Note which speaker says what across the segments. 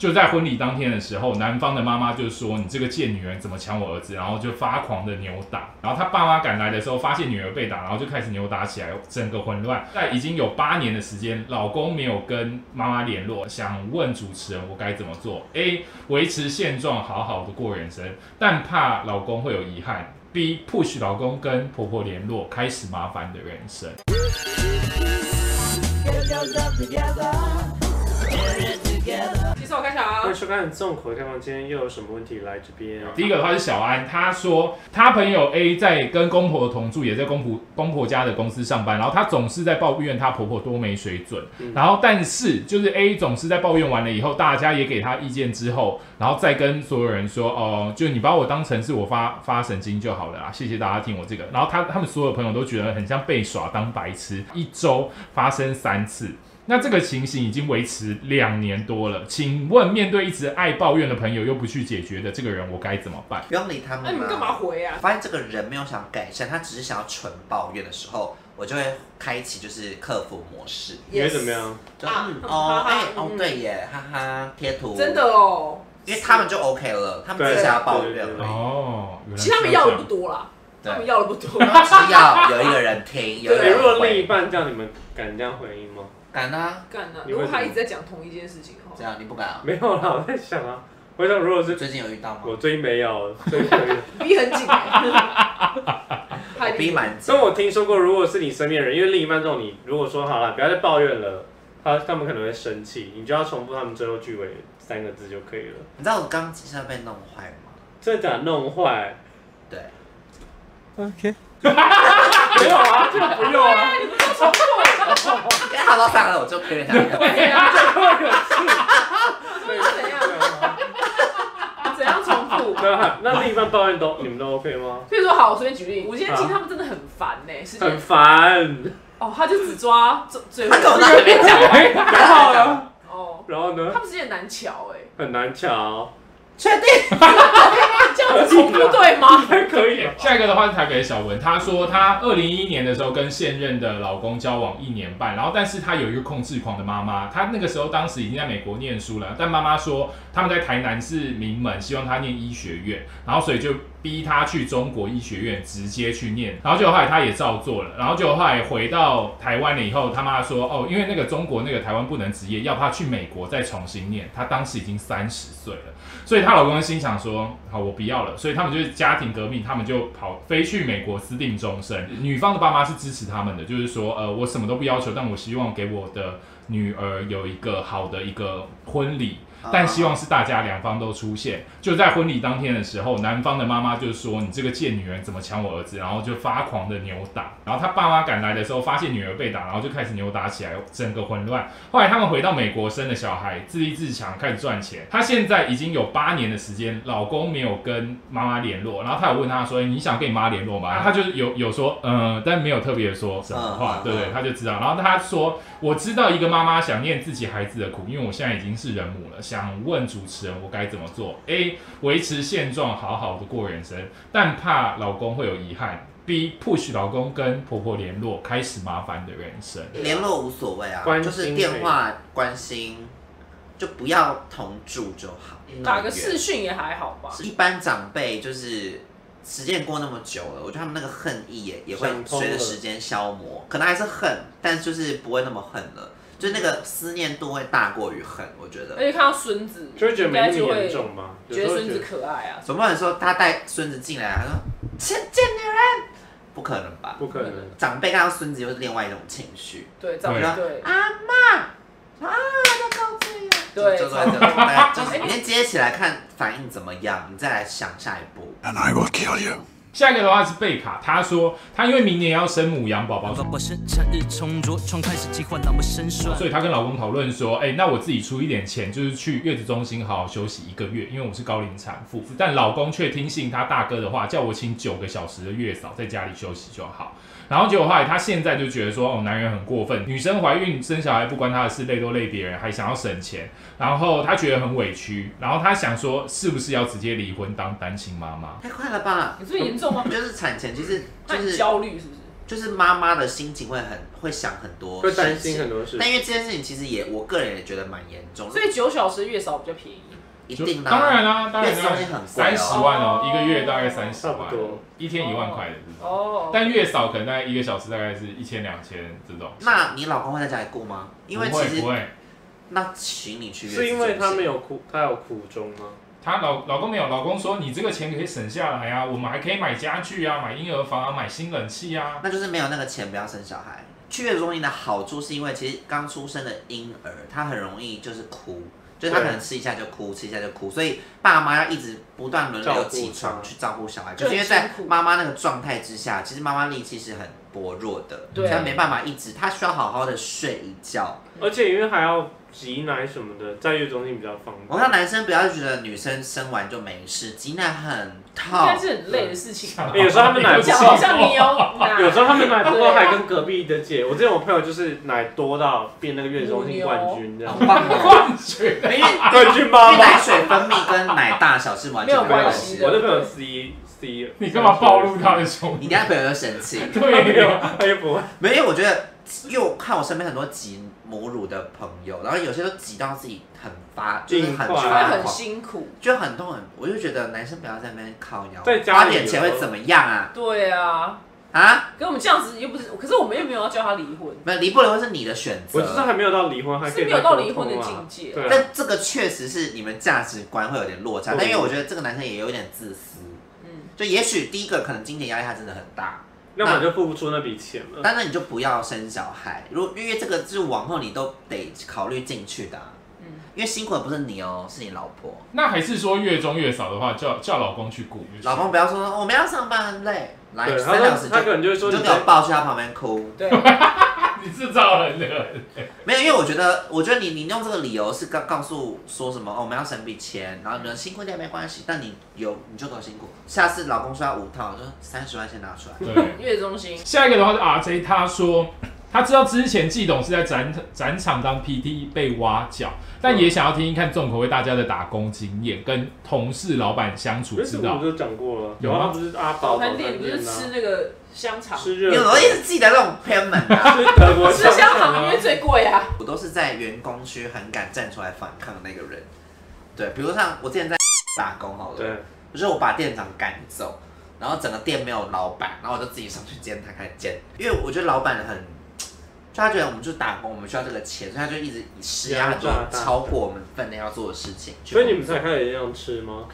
Speaker 1: 就在婚礼当天的时候，男方的妈妈就说：“你这个贱女人怎么抢我儿子？”然后就发狂的扭打。然后他爸妈赶来的时候，发现女儿被打，然后就开始扭打起来，整个混乱。在已经有八年的时间，老公没有跟妈妈联络。想问主持人，我该怎么做？A. 维持现状，好好的过人生，但怕老公会有遗憾。B. push 老公跟婆婆联络，开始麻烦的人生。
Speaker 2: 其实我开啊小
Speaker 3: 欢迎收看综合开房间，又有什么问题来这边？
Speaker 1: 第一个的话是小安，他说他朋友 A 在跟公婆同住，也在公婆公婆家的公司上班，然后他总是在抱怨他婆婆多没水准，然后但是就是 A 总是在抱怨完了以后，大家也给他意见之后，然后再跟所有人说哦、就你把我当成是我发发神经就好了啦，谢谢大家听我这个，然后他他们所有朋友都觉得很像被耍当白痴，一周发生三次。那这个情形已经维持两年多了，请问面对一直爱抱怨的朋友又不去解决的这个人，我该怎么办？
Speaker 4: 不用理他
Speaker 2: 那、
Speaker 4: 们
Speaker 2: 你
Speaker 4: 嘛。
Speaker 2: 们干嘛回啊？
Speaker 4: 发现这个人没有想改善，他只是想要纯抱怨的时候，我就会开启就是客服模式，
Speaker 3: 你会怎么样？
Speaker 4: 就
Speaker 2: 啊
Speaker 4: 嗯
Speaker 2: 哈
Speaker 4: 哦
Speaker 2: 哈
Speaker 4: 哎哦
Speaker 2: 嗯
Speaker 4: 对耶，哈哈贴图，
Speaker 2: 真的，哦，
Speaker 4: 因为他们就 OK 了，他们只
Speaker 3: 对
Speaker 4: 是想要抱
Speaker 3: 对
Speaker 4: 怨
Speaker 3: 对
Speaker 4: 而已，
Speaker 1: 哦，原来
Speaker 2: 其实他们
Speaker 1: 是这
Speaker 2: 要
Speaker 1: 样
Speaker 2: 的不多啦，
Speaker 4: 对
Speaker 2: 他们要的不多。
Speaker 4: 然后只要有一个人听，有一个
Speaker 3: 对，如
Speaker 4: 人
Speaker 3: 果另一
Speaker 4: 回，
Speaker 3: 半这样，你们敢这样回应吗？
Speaker 4: 敢啊？
Speaker 2: 干啊！
Speaker 3: 你
Speaker 2: 如果
Speaker 3: 为什么
Speaker 2: 他一直在讲同一件事情的
Speaker 4: 这
Speaker 2: 话，
Speaker 4: 样你不敢啊？
Speaker 3: 没有啦，我在想啊，我想如果是
Speaker 4: 最近有遇到吗？
Speaker 3: 我最近没有，最近 没有。
Speaker 2: 逼很紧、欸，他
Speaker 4: 我
Speaker 2: 一
Speaker 4: 逼
Speaker 2: 定
Speaker 4: 蛮紧
Speaker 3: 但，我听说过，如果是你身边的人，因为另一半这种，你如果说好了，不要再抱怨了，他他们可能会生气，你就要重复他们最后句尾三个字就可以了。
Speaker 4: 你知道我刚机车被弄坏吗？
Speaker 3: 真的假的弄坏？
Speaker 4: 对，
Speaker 3: 没有啊，这个不用啊，
Speaker 4: 今天好到上了，我就可以讲。
Speaker 2: 怎样
Speaker 3: 这个有事。
Speaker 2: 怎样怎样重复？
Speaker 3: 对啊，那另一半抱怨都你们都 OK 吗？
Speaker 2: 所以说好，我随便举例，我今天听他们真的很烦呢、欸，是
Speaker 3: 啊很烦，
Speaker 2: 哦，他就只抓最最后
Speaker 4: 他跟我到这边讲完，
Speaker 3: 然后呢？
Speaker 2: 哦，
Speaker 3: 然后呢
Speaker 2: 他？们之间很难瞧哎、
Speaker 3: 很难瞧，
Speaker 4: 确定？
Speaker 2: 这样子重复对吗？
Speaker 3: 还可以。
Speaker 1: 下一个的话是台北的小文，她说她二零一一年的时候跟现任的老公交往一年半，然后但是她有一个控制狂的妈妈，她那个时候当时已经在美国念书了，但妈妈说他们在台南是名门，希望她念医学院，然后所以就逼她去中国医学院直接去念，然后就后来她也照做了，然后就后来回到台湾了以后，他妈说哦，因为那个中国那个台湾不能执业，要她去美国再重新念，她当时已经三十岁了。所以她老公心想说：“好，我不要了。”所以他们就是家庭革命，他们就跑飞去美国私定终身。女方的爸妈是支持他们的，就是说，呃，我什么都不要求，但我希望给我的女儿有一个好的一个婚礼，但希望是大家两方都出现。就在婚礼当天的时候，男方的妈妈就说：“你这个贱女人怎么抢我儿子？”然后就发狂的扭打。然后他爸妈赶来的时候，发现女儿被打，然后就开始扭打起来，整个混乱。后来他们回到美国生了小孩，自立自强，开始赚钱。她现在已经有八年的时间，老公没有跟妈妈联络，然后她有问她说：“欸你想跟你妈联络吗？”她就是有有说，嗯、但没有特别说什么话，
Speaker 4: 嗯嗯
Speaker 1: 对不对？
Speaker 4: 嗯
Speaker 1: 她就知道。然后她说：“我知道一个妈妈想念自己孩子的苦，因为我现在已经是人母了。想问主持人，我该怎么做？A. 维持现状，好好的过人生，但怕老公会有遗憾。B. push 老公跟婆婆联络，开始麻烦的人生。”
Speaker 4: 联络无所谓啊，
Speaker 3: 关
Speaker 4: 就
Speaker 3: 心
Speaker 4: 是电话关心，就不要同住就好。
Speaker 3: 嗯
Speaker 2: 打个视讯也还好吧。
Speaker 4: 一般长辈就是时间过那么久了，我觉得他们那个恨意也也会
Speaker 3: 想通了
Speaker 4: 随着时间消磨，可能还是恨，但就是不会那么恨了，就那个思念度会大过于恨，我觉
Speaker 2: 而
Speaker 4: 得。
Speaker 2: 且看到孙子，
Speaker 3: 就会觉得没那
Speaker 2: 应
Speaker 3: 么
Speaker 2: 该
Speaker 3: 严
Speaker 2: 就会
Speaker 3: 重吗？有
Speaker 2: 觉
Speaker 3: 时
Speaker 2: 得
Speaker 3: 候
Speaker 2: 孙子可爱啊。
Speaker 4: 总不能说他带孙子进来，他说“贱贱女人”，不可能吧？
Speaker 3: 不可能，
Speaker 4: 长辈看到孙子又是另外一种情绪，
Speaker 3: 啊
Speaker 2: 对，长
Speaker 1: 对
Speaker 2: 得对，
Speaker 4: 阿妈啊，要告知呀。
Speaker 2: 对
Speaker 4: 就就在这种，大概就是你先接起来看反应怎么样，你再来想下一步。
Speaker 5: and I will kill you.
Speaker 1: 下一个的话是贝卡，她说她因为明年要生母羊宝宝，
Speaker 6: 我生产日冲着窗开始计划那么深酸。
Speaker 1: 所以她跟老公讨论说，哎、那我自己出一点钱，就是去月子中心好好休息一个月，因为我是高龄产妇。但老公却听信她大哥的话，叫我请九个小时的月嫂在家里休息就好。然后结果后来她现在就觉得说，哦，男人很过分，女生怀孕生小孩不关她的事，累都累别人，还想要省钱，然后她觉得很委屈，然后她想说，是不是要直接离婚当单亲妈妈？
Speaker 4: 太快了吧？
Speaker 2: 你这么严重吗？
Speaker 4: 就是产前其实就
Speaker 2: 他很
Speaker 4: 是
Speaker 2: 焦虑是不是？
Speaker 4: 就是妈妈的心情会很会想很多，
Speaker 3: 会担心很。多事
Speaker 4: 但
Speaker 3: 情。
Speaker 4: 因为这件事情其实也，我个人也觉得蛮严重的，
Speaker 2: 所以九小时月嫂比较便宜。
Speaker 4: 一定的、啊
Speaker 1: 当然啦、当然
Speaker 4: 因为
Speaker 1: 啦、
Speaker 4: 这东西很贵
Speaker 1: 三
Speaker 4: 哦
Speaker 1: 十万哦、一个月大概三十万，
Speaker 3: 差不多
Speaker 1: 一天一万块的这种。
Speaker 2: 哦，
Speaker 1: 但月嫂可能大概一个小时大概是一千两千这种。
Speaker 4: 那你老公会在家里顾吗？因为
Speaker 1: 不
Speaker 4: 其
Speaker 1: 会
Speaker 4: 实
Speaker 1: 不会，
Speaker 4: 那请你去月子中
Speaker 3: 是
Speaker 4: 心，
Speaker 3: 因为他没有苦，他有苦衷吗？
Speaker 1: 她老老公没有，老公说你这个钱可以省下来啊，我们还可以买家具啊，买婴儿房啊，买新冷气啊。
Speaker 4: 那就是没有那个钱，不要生小孩。去月子中心的好处是因为，其实刚出生的婴儿他很容易就是哭，就是他可能吃一下就哭，吃一下就哭，所以爸妈要一直不断轮
Speaker 3: 照
Speaker 4: 流
Speaker 3: 顾
Speaker 4: 起床
Speaker 3: 他
Speaker 4: 去照顾小孩，
Speaker 2: 就
Speaker 4: 就是因为
Speaker 2: 很辛
Speaker 4: 在
Speaker 2: 苦
Speaker 4: 妈妈那个状态之下，其实妈妈力气是很薄弱的，
Speaker 2: 对
Speaker 4: 她没办法一直，她需要好好的睡一觉。
Speaker 3: 而且因为还要挤奶什么的，在月中心比较方
Speaker 4: 我
Speaker 3: 便。
Speaker 4: 看男生不要觉得女生生完就没事，挤奶很
Speaker 2: 应该
Speaker 4: 痛，
Speaker 2: 是很累的事情吧。
Speaker 3: 欸有时候他们奶不
Speaker 2: 讲
Speaker 3: 够
Speaker 2: 好，像你有奶，
Speaker 3: 有时候他们奶不够，还跟隔壁的姐。我之前我朋友就是奶多到变那个月中心冠军这样
Speaker 4: 好，棒哦！
Speaker 1: 冠军，
Speaker 4: 因为因
Speaker 3: 冠军妈
Speaker 4: 为
Speaker 3: 妈。
Speaker 4: 奶水分泌跟奶大小是完全
Speaker 2: 没有
Speaker 4: 没有关
Speaker 2: 关
Speaker 4: 系
Speaker 2: 系
Speaker 4: 的
Speaker 3: 我。那朋友 C C，
Speaker 1: 你干嘛暴露他的胸？
Speaker 4: 你等下朋友就生气。
Speaker 1: 对啊呀、
Speaker 3: 他又不会，
Speaker 4: 没有，因为我觉得，因为我看我身边很多挤母乳的朋友，然后有些都挤到自己很发，就是很
Speaker 3: 硬啊块
Speaker 2: 因
Speaker 4: 发
Speaker 2: 为
Speaker 4: 狂
Speaker 2: 很辛苦。
Speaker 4: 就很痛很，我就觉得男生不要在那边靠腰，
Speaker 3: 在家里
Speaker 4: 花点钱会怎么样啊？
Speaker 2: 对啊，
Speaker 4: 啊，
Speaker 2: 跟我们这样子又不是，可是我们又没有要叫他离婚，
Speaker 4: 没有离不离婚是你的选
Speaker 3: 我就是
Speaker 4: 择，
Speaker 3: 还没有到离婚，还可
Speaker 2: 是
Speaker 3: 以
Speaker 2: 没
Speaker 3: 再
Speaker 2: 有
Speaker 3: 沟
Speaker 2: 到
Speaker 3: 通
Speaker 2: 离婚的
Speaker 3: 啊
Speaker 2: 境界。
Speaker 3: 对啊，
Speaker 4: 但这个确实是你们价值观会有点落差，
Speaker 3: 对
Speaker 4: 但因为我觉得这个男生也有点自私，
Speaker 2: 嗯，
Speaker 4: 就也许第一个可能经济压力他真的很大，
Speaker 3: 要么就付不出那笔钱了。
Speaker 4: 当然你就不要生小孩，如因为这个就是往后你都得考虑进去的啊、
Speaker 2: 嗯
Speaker 4: 因为辛苦的不是你哦，是你老婆。
Speaker 1: 那还是说月中月嫂的话，叫叫老公去顾。
Speaker 4: 老公不要说哦我们要上班很累，来
Speaker 3: 对，他
Speaker 4: 三小
Speaker 3: 说
Speaker 4: 时
Speaker 3: 他可
Speaker 4: 就
Speaker 3: 能就会说
Speaker 4: 你
Speaker 3: 你
Speaker 4: 就给我
Speaker 3: 在
Speaker 4: 抱去他旁边哭。
Speaker 2: 对，
Speaker 1: 你制造了那个，
Speaker 4: 没有，因为我觉得，我觉得你你用这个理由是告告诉说什么哦，我们要省笔钱，然后你们辛苦一点没关系，但你有你就够辛苦。下次老公说要五套，我就三十万先拿出 来。
Speaker 1: 对。
Speaker 2: 月中心
Speaker 1: 下一个的话是 RJ，他说他知道之前季董是在展展场当 PT 被挖角，但也想要听一看重口味大家的打工经验，跟同事、老板相处
Speaker 3: 可
Speaker 1: 之
Speaker 3: 是我
Speaker 1: 道
Speaker 3: 们。就讲过了，
Speaker 1: 有
Speaker 3: 有
Speaker 1: 吗
Speaker 3: 啊，他不是阿
Speaker 2: 早
Speaker 3: 宝早餐
Speaker 2: 餐店
Speaker 3: 店
Speaker 2: 你不是吃
Speaker 3: 啊，
Speaker 2: 那个香肠，
Speaker 3: 吃
Speaker 4: 因
Speaker 3: 热
Speaker 4: 为
Speaker 3: 狗，
Speaker 4: 我一直记得这种偏门的、啊，
Speaker 3: 吃德国
Speaker 2: 吃香肠因
Speaker 3: 啊
Speaker 2: 为最贵啊。
Speaker 4: 我都是在员工区很敢站出来反抗的那个人。对，比如像我之前在打工好了，
Speaker 3: 对，
Speaker 4: 就是我把店长赶走，然后整个店没有老板，然后我就自己上去煎他开始煎，因为我觉得老板很，就他觉得我们就是打工，我们需要这个钱，所以他就一直以施压很多
Speaker 3: 压榨大家
Speaker 4: 超过我们分内要做的事情。
Speaker 3: 所以你们才开始这样吃吗？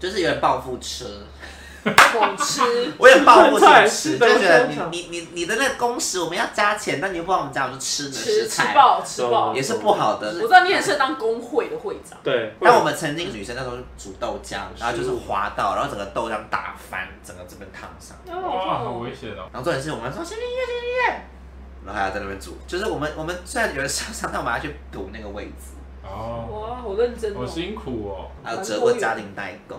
Speaker 4: 就是有点报复吃，
Speaker 2: 猛吃，
Speaker 4: 我也报复性吃，
Speaker 3: 是
Speaker 4: 就
Speaker 3: 的
Speaker 4: 觉得
Speaker 3: 是的
Speaker 4: 你你你你的那个工时我们要加钱，但你又不让我们加，我们就吃你的食
Speaker 2: 吃吃
Speaker 4: 材，
Speaker 2: 爆吃爆。
Speaker 4: 也是不好
Speaker 2: 我
Speaker 4: 的。
Speaker 2: 知道你也是当工会的会长，
Speaker 3: 对，
Speaker 4: 但我们曾经女生那时候是煮豆浆，然后就是
Speaker 3: 是
Speaker 4: 滑到，然后整个豆浆打翻，整个这边烫伤。
Speaker 1: 哇，很危险哦！
Speaker 4: 然后重点是我们说先音乐，先音乐，然后还要在那边煮。就是我们我们虽然有人受伤，但我们还要去补那个位置，
Speaker 1: 哦，
Speaker 2: 哇，好认真
Speaker 1: 好
Speaker 2: 哦。
Speaker 1: 辛苦哦。
Speaker 4: 还有折过家庭代工。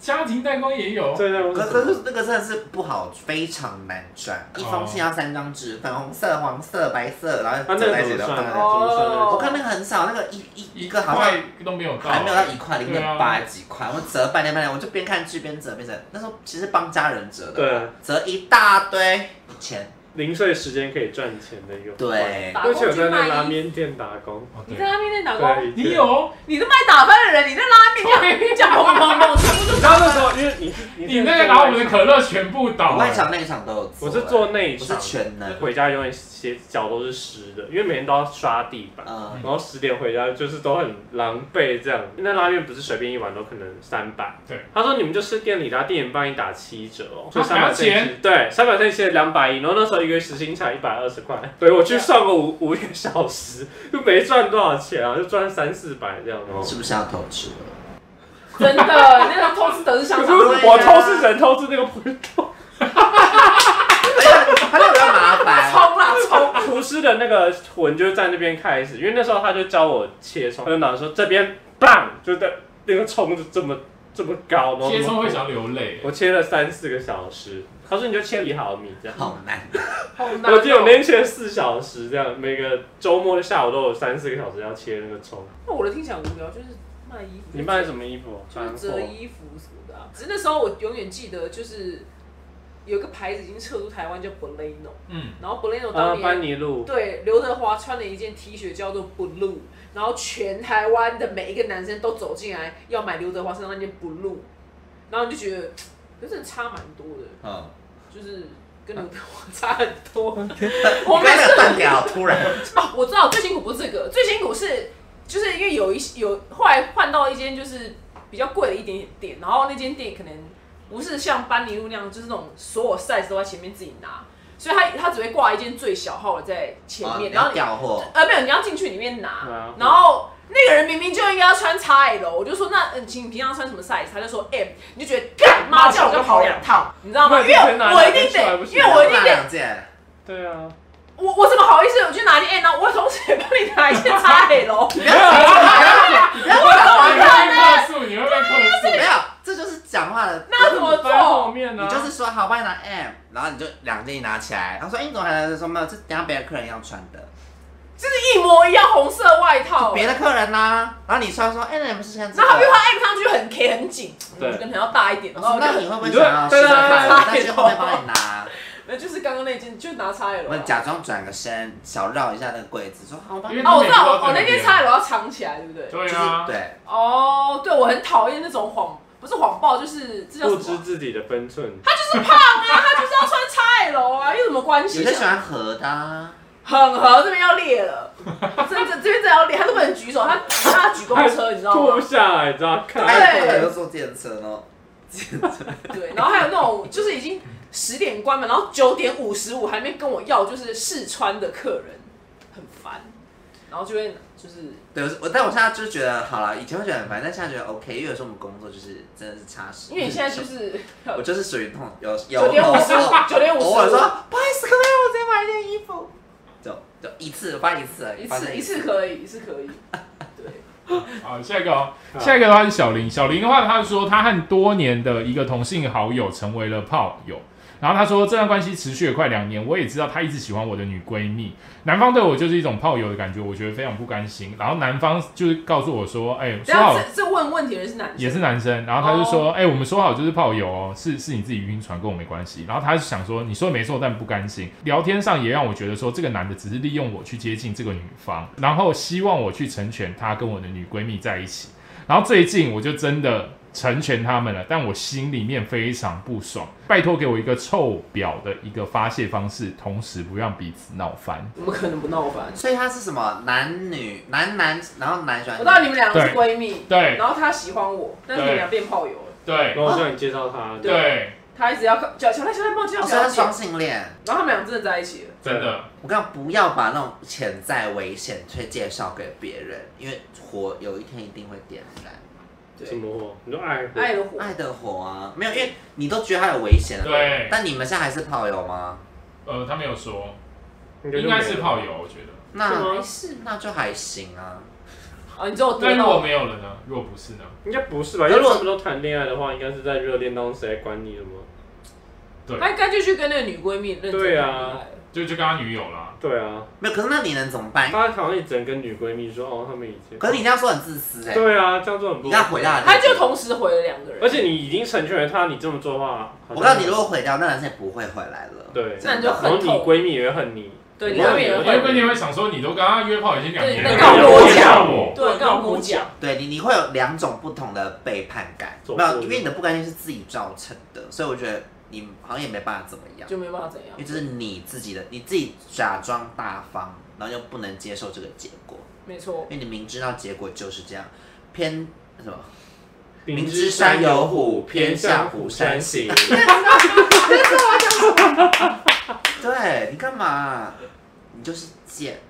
Speaker 1: 家庭代工也有，
Speaker 3: 对对，我
Speaker 4: 可可是那个真的是不好，非常难赚。一封信要三张纸，粉红色、黄色、白色，然后
Speaker 3: 啊，那
Speaker 4: 折
Speaker 3: 个
Speaker 4: 在一
Speaker 3: 怎
Speaker 4: 起
Speaker 3: 么
Speaker 4: 的放
Speaker 3: 算？
Speaker 4: 在那
Speaker 3: 啊？
Speaker 4: 里。
Speaker 2: 哦
Speaker 4: 我
Speaker 3: 怎么
Speaker 4: 看那个很少，那个一一
Speaker 1: 一
Speaker 4: 一个好像
Speaker 1: 块都没有到，
Speaker 4: 还没有到一块，零
Speaker 1: 对
Speaker 4: 点
Speaker 1: 啊
Speaker 4: 八几块，我折半天半天，我就边看剧边折边折。那时候其实帮家人折的，
Speaker 3: 算？
Speaker 4: 折一大堆，一千。
Speaker 3: 对，零碎时间可以赚钱的有。，
Speaker 4: 对，
Speaker 2: 打
Speaker 3: 而
Speaker 2: 工
Speaker 3: 且我
Speaker 2: 去
Speaker 3: 在那拉
Speaker 2: 卖衣，
Speaker 3: 面店打工，
Speaker 1: 哦
Speaker 2: 你
Speaker 1: 对
Speaker 2: 在那边打工，
Speaker 3: 对，以前
Speaker 1: 你？有
Speaker 2: 你是卖打翻的人，你在拉面店讲砰砰砰，全部
Speaker 3: 你
Speaker 2: 都
Speaker 3: 知道那时候，因为你是
Speaker 1: 你那个拿我们的，可乐全部倒
Speaker 4: 我外
Speaker 1: 了，
Speaker 4: 场内场都有做。
Speaker 3: 我是做内
Speaker 4: 我是
Speaker 3: 场，
Speaker 4: 全能。
Speaker 3: 回家永远鞋脚都是湿的，因为每天都要刷地板。
Speaker 4: 呃，
Speaker 1: 嗯
Speaker 3: 然后十点回家就是都很狼狈这样。那拉面不是随便一碗都可能三百，
Speaker 1: 对。啊
Speaker 3: 他说你们就是店里的啊店员帮你打七折哦，所以
Speaker 1: 还
Speaker 3: 三
Speaker 1: 要
Speaker 3: 百
Speaker 1: 钱
Speaker 3: 对，三百三十两百一，然后那时候一个月时薪才一百二十块，对我去上个五五个小时就没赚多少钱啊，就赚三四百这样哦。
Speaker 4: 是不是要偷吃了？
Speaker 2: 真的，那个偷吃的是香
Speaker 3: 可
Speaker 2: 肠
Speaker 3: 是，我偷吃人偷吃那个不是偷，
Speaker 4: 哎呀，他那个比较麻烦。
Speaker 2: 冲啦冲！
Speaker 3: 啊厨师的那个魂就在那边开始，因为那时候他就教我切葱，他就拿说这边棒，就在那个葱就这么这么高，然后
Speaker 1: 切葱欸会想流泪。
Speaker 3: 我切了三四个小时，他说你就切一毫米这样。
Speaker 4: 好难，
Speaker 2: 好难哦。
Speaker 3: 我记得我那天切了四小时，这样每个周末的下午都有三四个小时要切那个葱。
Speaker 2: 那我的听起来很无聊，就是卖衣服。
Speaker 3: 你卖什么衣服？
Speaker 2: 就是折衣服什么的、啊。只是那时候我永远记得，就是有一个牌子已经撤出台湾叫 Boleno，
Speaker 1: 嗯，
Speaker 2: 然后 Boleno
Speaker 3: 啊，
Speaker 2: 当年、
Speaker 3: 班尼路，
Speaker 2: 对刘德华穿了一件 T 恤叫做 Blue，然后全台湾的每一个男生都走进来要买刘德华身上那件 Blue，然后你就觉得，可是真的差蛮多的，
Speaker 4: 嗯，
Speaker 2: 就是跟刘德华差很多。
Speaker 4: 啊 我
Speaker 2: 我每
Speaker 4: 刚
Speaker 2: 次
Speaker 4: 才断掉，突然，
Speaker 2: 哦，我知道最辛苦不是这个，最辛苦是就是因为有一些有后来换到一间就是比较贵的一点点，然后那间店可能不是像班尼路那样，就是那种所有 size 都在前面自己拿，所以他他只会挂一件最小号的在前
Speaker 4: 哦
Speaker 2: 面，
Speaker 4: 你
Speaker 2: 然后
Speaker 4: 要
Speaker 2: 你
Speaker 4: 调货，
Speaker 2: 呃，没有，你要进去里面拿，
Speaker 3: 啊
Speaker 2: 然后那个人明明就应该要穿 XL，我就说那嗯，请你平常穿什么 size？他就说 M，你就觉得干妈叫我就跑两趟，你知道吗？因为我一定得，因为我一定得，
Speaker 4: 那两件，
Speaker 3: 对啊，
Speaker 2: 我我怎么好意思我去拿一件 M 呢？我同时也帮你拿一 件 XL，
Speaker 4: 不要讲，不要讲
Speaker 1: 你
Speaker 4: 完
Speaker 1: 会
Speaker 4: 了，
Speaker 1: 被客诉，你会被客
Speaker 4: 没
Speaker 1: 诉。
Speaker 4: 有，这就是讲话的。
Speaker 2: 那怎么
Speaker 3: 放在后
Speaker 2: 做？
Speaker 3: 面啊呢、
Speaker 4: 你就是说好，我帮你拿 M，然后你就两件一拿起来，然后说，哎、你怎么还拿着？说没有，这等下别的客人要穿的，
Speaker 2: 就是一模一样红色外套，欸
Speaker 4: 别的客人啦、然后你穿说，哎、那你们是穿这
Speaker 2: 然后他们又
Speaker 4: 个？
Speaker 2: 画 M 上去很 K 很紧，
Speaker 3: 对
Speaker 2: 嗯可能要大一点，
Speaker 4: 我
Speaker 2: 然后我
Speaker 4: 说那
Speaker 2: 就
Speaker 4: 你会不会想要
Speaker 3: 你就
Speaker 4: 试着看？
Speaker 3: 对啊
Speaker 4: 但是后面帮你拿，
Speaker 2: 那就是刚刚那件就拿 XL 啊
Speaker 4: 我们。假装转个身，小绕一下那个柜子，说好吧，
Speaker 1: 因为
Speaker 2: 哦，我知道，我
Speaker 1: 我
Speaker 2: 我那件 XL 要藏起来，对不对？
Speaker 1: 对
Speaker 4: 就是
Speaker 1: 啊，
Speaker 4: 对，
Speaker 2: 哦，对，我很讨厌那种谎，不是谎报，就是这叫
Speaker 3: 不
Speaker 2: 什
Speaker 3: 知
Speaker 2: 么？
Speaker 3: 自己的分寸，
Speaker 2: 他就是要穿叉 L 啊，有什么关
Speaker 4: 有
Speaker 2: 系
Speaker 4: 些？喜欢合的、啊，
Speaker 2: 很合，这边要裂了，这这这边真的要裂，他都不能举手，他他举公车，你知道
Speaker 3: 吐
Speaker 2: 吗？
Speaker 3: 下来，你知道看。
Speaker 4: 哎，不能够坐电车 哦，
Speaker 2: 对，然后还有那种就是已经十点关门，然后九点五十五还没跟我要就是试穿的客人，很烦，然后就会就是
Speaker 4: 对，我但我现在就觉得好了，以前会觉得很烦，但现在觉得 OK，因为有时候我们工作就是真的是差时，
Speaker 2: 因为你现在就是
Speaker 4: 我就是属于那种有有
Speaker 2: 九点五十五， 九点五十
Speaker 4: 偶尔说
Speaker 2: 五，
Speaker 4: 不好意思，可不可以让我直接买一件衣服？就就一次，发一次而已，
Speaker 2: 一
Speaker 4: 发生
Speaker 2: 次一次可以，一次可以，对。
Speaker 1: 好，下一个哦，下一个的话是小林。小林的话，他说他和多年的一个同性好友成为了炮友。然后他说这段关系持续了快两年，我也知道他一直喜欢我的女闺蜜。男方对我就是一种炮友的感觉，我觉得非常不甘心。然后男方就是告诉我说，哎、说
Speaker 2: 然后
Speaker 1: 好
Speaker 2: 这这问问题的人是男生，
Speaker 1: 也是男生，然后他就说：“哎、我们说好就是炮友哦，是是你自己晕船，跟我没关系。”然后他就想说：“你说的没错，但不甘心。”聊天上也让我觉得说，这个男的只是利用我去接近这个女方，然后希望我去成全他跟我的女闺蜜在一起。然后最近我就真的成全他们了，但我心里面非常不爽。拜托给我一个臭婊的一个发泄方式，同时不让彼此闹翻。
Speaker 2: 怎么可能不闹翻？
Speaker 4: 所以他是什么男女男男，然后男喜 欢
Speaker 2: 我知道你们两个是闺蜜，
Speaker 1: 对
Speaker 2: 然后他喜欢我，但是你
Speaker 1: 对
Speaker 2: 们俩变炮友了。
Speaker 1: 对
Speaker 3: 然后我叫你介绍他，
Speaker 1: 对，
Speaker 2: 他一直要靠小小赖小赖帮我介绍
Speaker 4: 哦所以他
Speaker 2: 小
Speaker 4: 是
Speaker 2: 姐，
Speaker 4: 双性恋。
Speaker 2: 然后他们俩真的在一起了。
Speaker 1: 真的
Speaker 4: 我跟你讲，不要把那种潜在危险去介绍给别人，因为火有一天一定会点燃。
Speaker 3: 什
Speaker 2: 对，
Speaker 3: 么货？你说爱火
Speaker 2: 爱的火，
Speaker 4: 爱的火啊，没有，因为你都觉得他有危险了。
Speaker 1: 对
Speaker 4: 但你们现在还是炮友吗？
Speaker 1: 呃，他没有说，
Speaker 3: 应
Speaker 1: 应该是炮
Speaker 3: 友。
Speaker 1: 友，我觉得。
Speaker 2: 是
Speaker 4: 那
Speaker 2: 吗
Speaker 4: 没事，那就还行啊。
Speaker 2: 啊，你知道我
Speaker 1: 那
Speaker 2: 得
Speaker 1: 如果
Speaker 2: 到
Speaker 1: 没有了呢？如果不是呢？
Speaker 3: 应该不是吧？因为他们都谈恋爱的话，应该是在热恋当中，谁还管你什么？
Speaker 1: 对，
Speaker 2: 他应该就去跟那个女闺蜜认真
Speaker 3: 对啊
Speaker 2: 谈恋爱了
Speaker 1: 就就跟他女友啦。
Speaker 3: 对啊，
Speaker 4: 没有，可是那你能怎么办？
Speaker 3: 他好像也只能跟女闺蜜说，哦，他们以前。
Speaker 4: 可是你这样说很自私哎、
Speaker 3: 对啊，这样做很不
Speaker 4: 你。这样毁掉人家
Speaker 2: 他就同时毁了两个人，
Speaker 3: 而且你已经成全了他，你这么做的话，好像
Speaker 4: 我告诉你，如果毁掉，那男生也不会回来了。
Speaker 3: 对
Speaker 4: 真的
Speaker 2: 那你就
Speaker 3: 然后你闺蜜也会恨你，
Speaker 2: 对
Speaker 1: 我
Speaker 2: 你闺蜜也
Speaker 1: 我
Speaker 2: 会
Speaker 1: 我闺蜜会想说，你都跟他约炮已经两年了，
Speaker 2: 对
Speaker 4: 那干嘛跟我
Speaker 2: 讲
Speaker 1: 我？
Speaker 2: 对，刚好跟我讲，
Speaker 4: 对你，你会有两种不同的背叛感，
Speaker 3: 走
Speaker 4: 没
Speaker 3: 过
Speaker 4: 有，
Speaker 3: 路
Speaker 4: 因为你的不甘心是自己造成的，所以我觉得你好像也没办法怎么样，
Speaker 2: 就没办法怎样
Speaker 4: 因为。这是你自己的，你自己假装大方，然后又不能接受这个结果，
Speaker 2: 没错
Speaker 4: 因，为你明知道结果就是这样，偏什么？
Speaker 3: 明
Speaker 4: 知山有虎偏向虎山
Speaker 3: 行。
Speaker 4: 对你干嘛？你就是贱，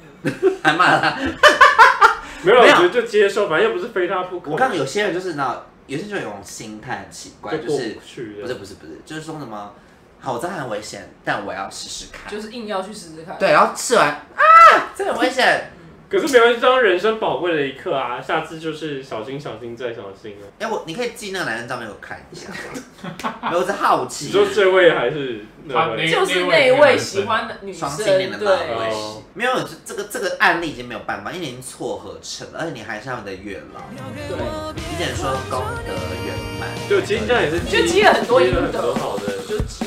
Speaker 4: 还骂他。
Speaker 3: 没有，我
Speaker 4: 没有
Speaker 3: 觉得就接受，反正又不是非他不可。
Speaker 4: 我看有些人就是那，有些人就有一种心态很奇怪，
Speaker 3: 就
Speaker 4: 就
Speaker 3: 过
Speaker 4: 是
Speaker 3: 不去
Speaker 4: 不是
Speaker 3: 的。
Speaker 4: 不是不是，就是说什么，好，我知道很危险，但我要试试看。
Speaker 2: 就是硬要去试试看。
Speaker 4: 对，然后吃完啊，这很危险。
Speaker 3: 可是没关系，这样人生宝贵的一刻啊，下次就是小心小心再小心啊了。
Speaker 4: 哎、我你可以寄那个男人照片给我看一下，没有我是好
Speaker 3: 你
Speaker 4: 奇。
Speaker 3: 说这位还是那
Speaker 1: 他
Speaker 3: 位？
Speaker 1: 那
Speaker 2: 就是那一位喜欢的女生
Speaker 4: 双，性恋的
Speaker 2: 对，
Speaker 4: 那位
Speaker 3: 哦，
Speaker 4: 没有这这个这个案例已经没有办法，因为你已经撮合成了，而且你还是他们的月老，你只能说功德圆满。
Speaker 3: 对，其实这样也是
Speaker 2: 就积了很多
Speaker 3: 积了
Speaker 2: 阴
Speaker 3: 很
Speaker 2: 德
Speaker 3: 多好的，
Speaker 2: 就积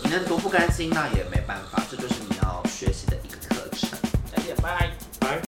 Speaker 2: 很
Speaker 4: 能独步甘心，那也没办法，这就是你要学习的一个课程。
Speaker 2: 再见，拜。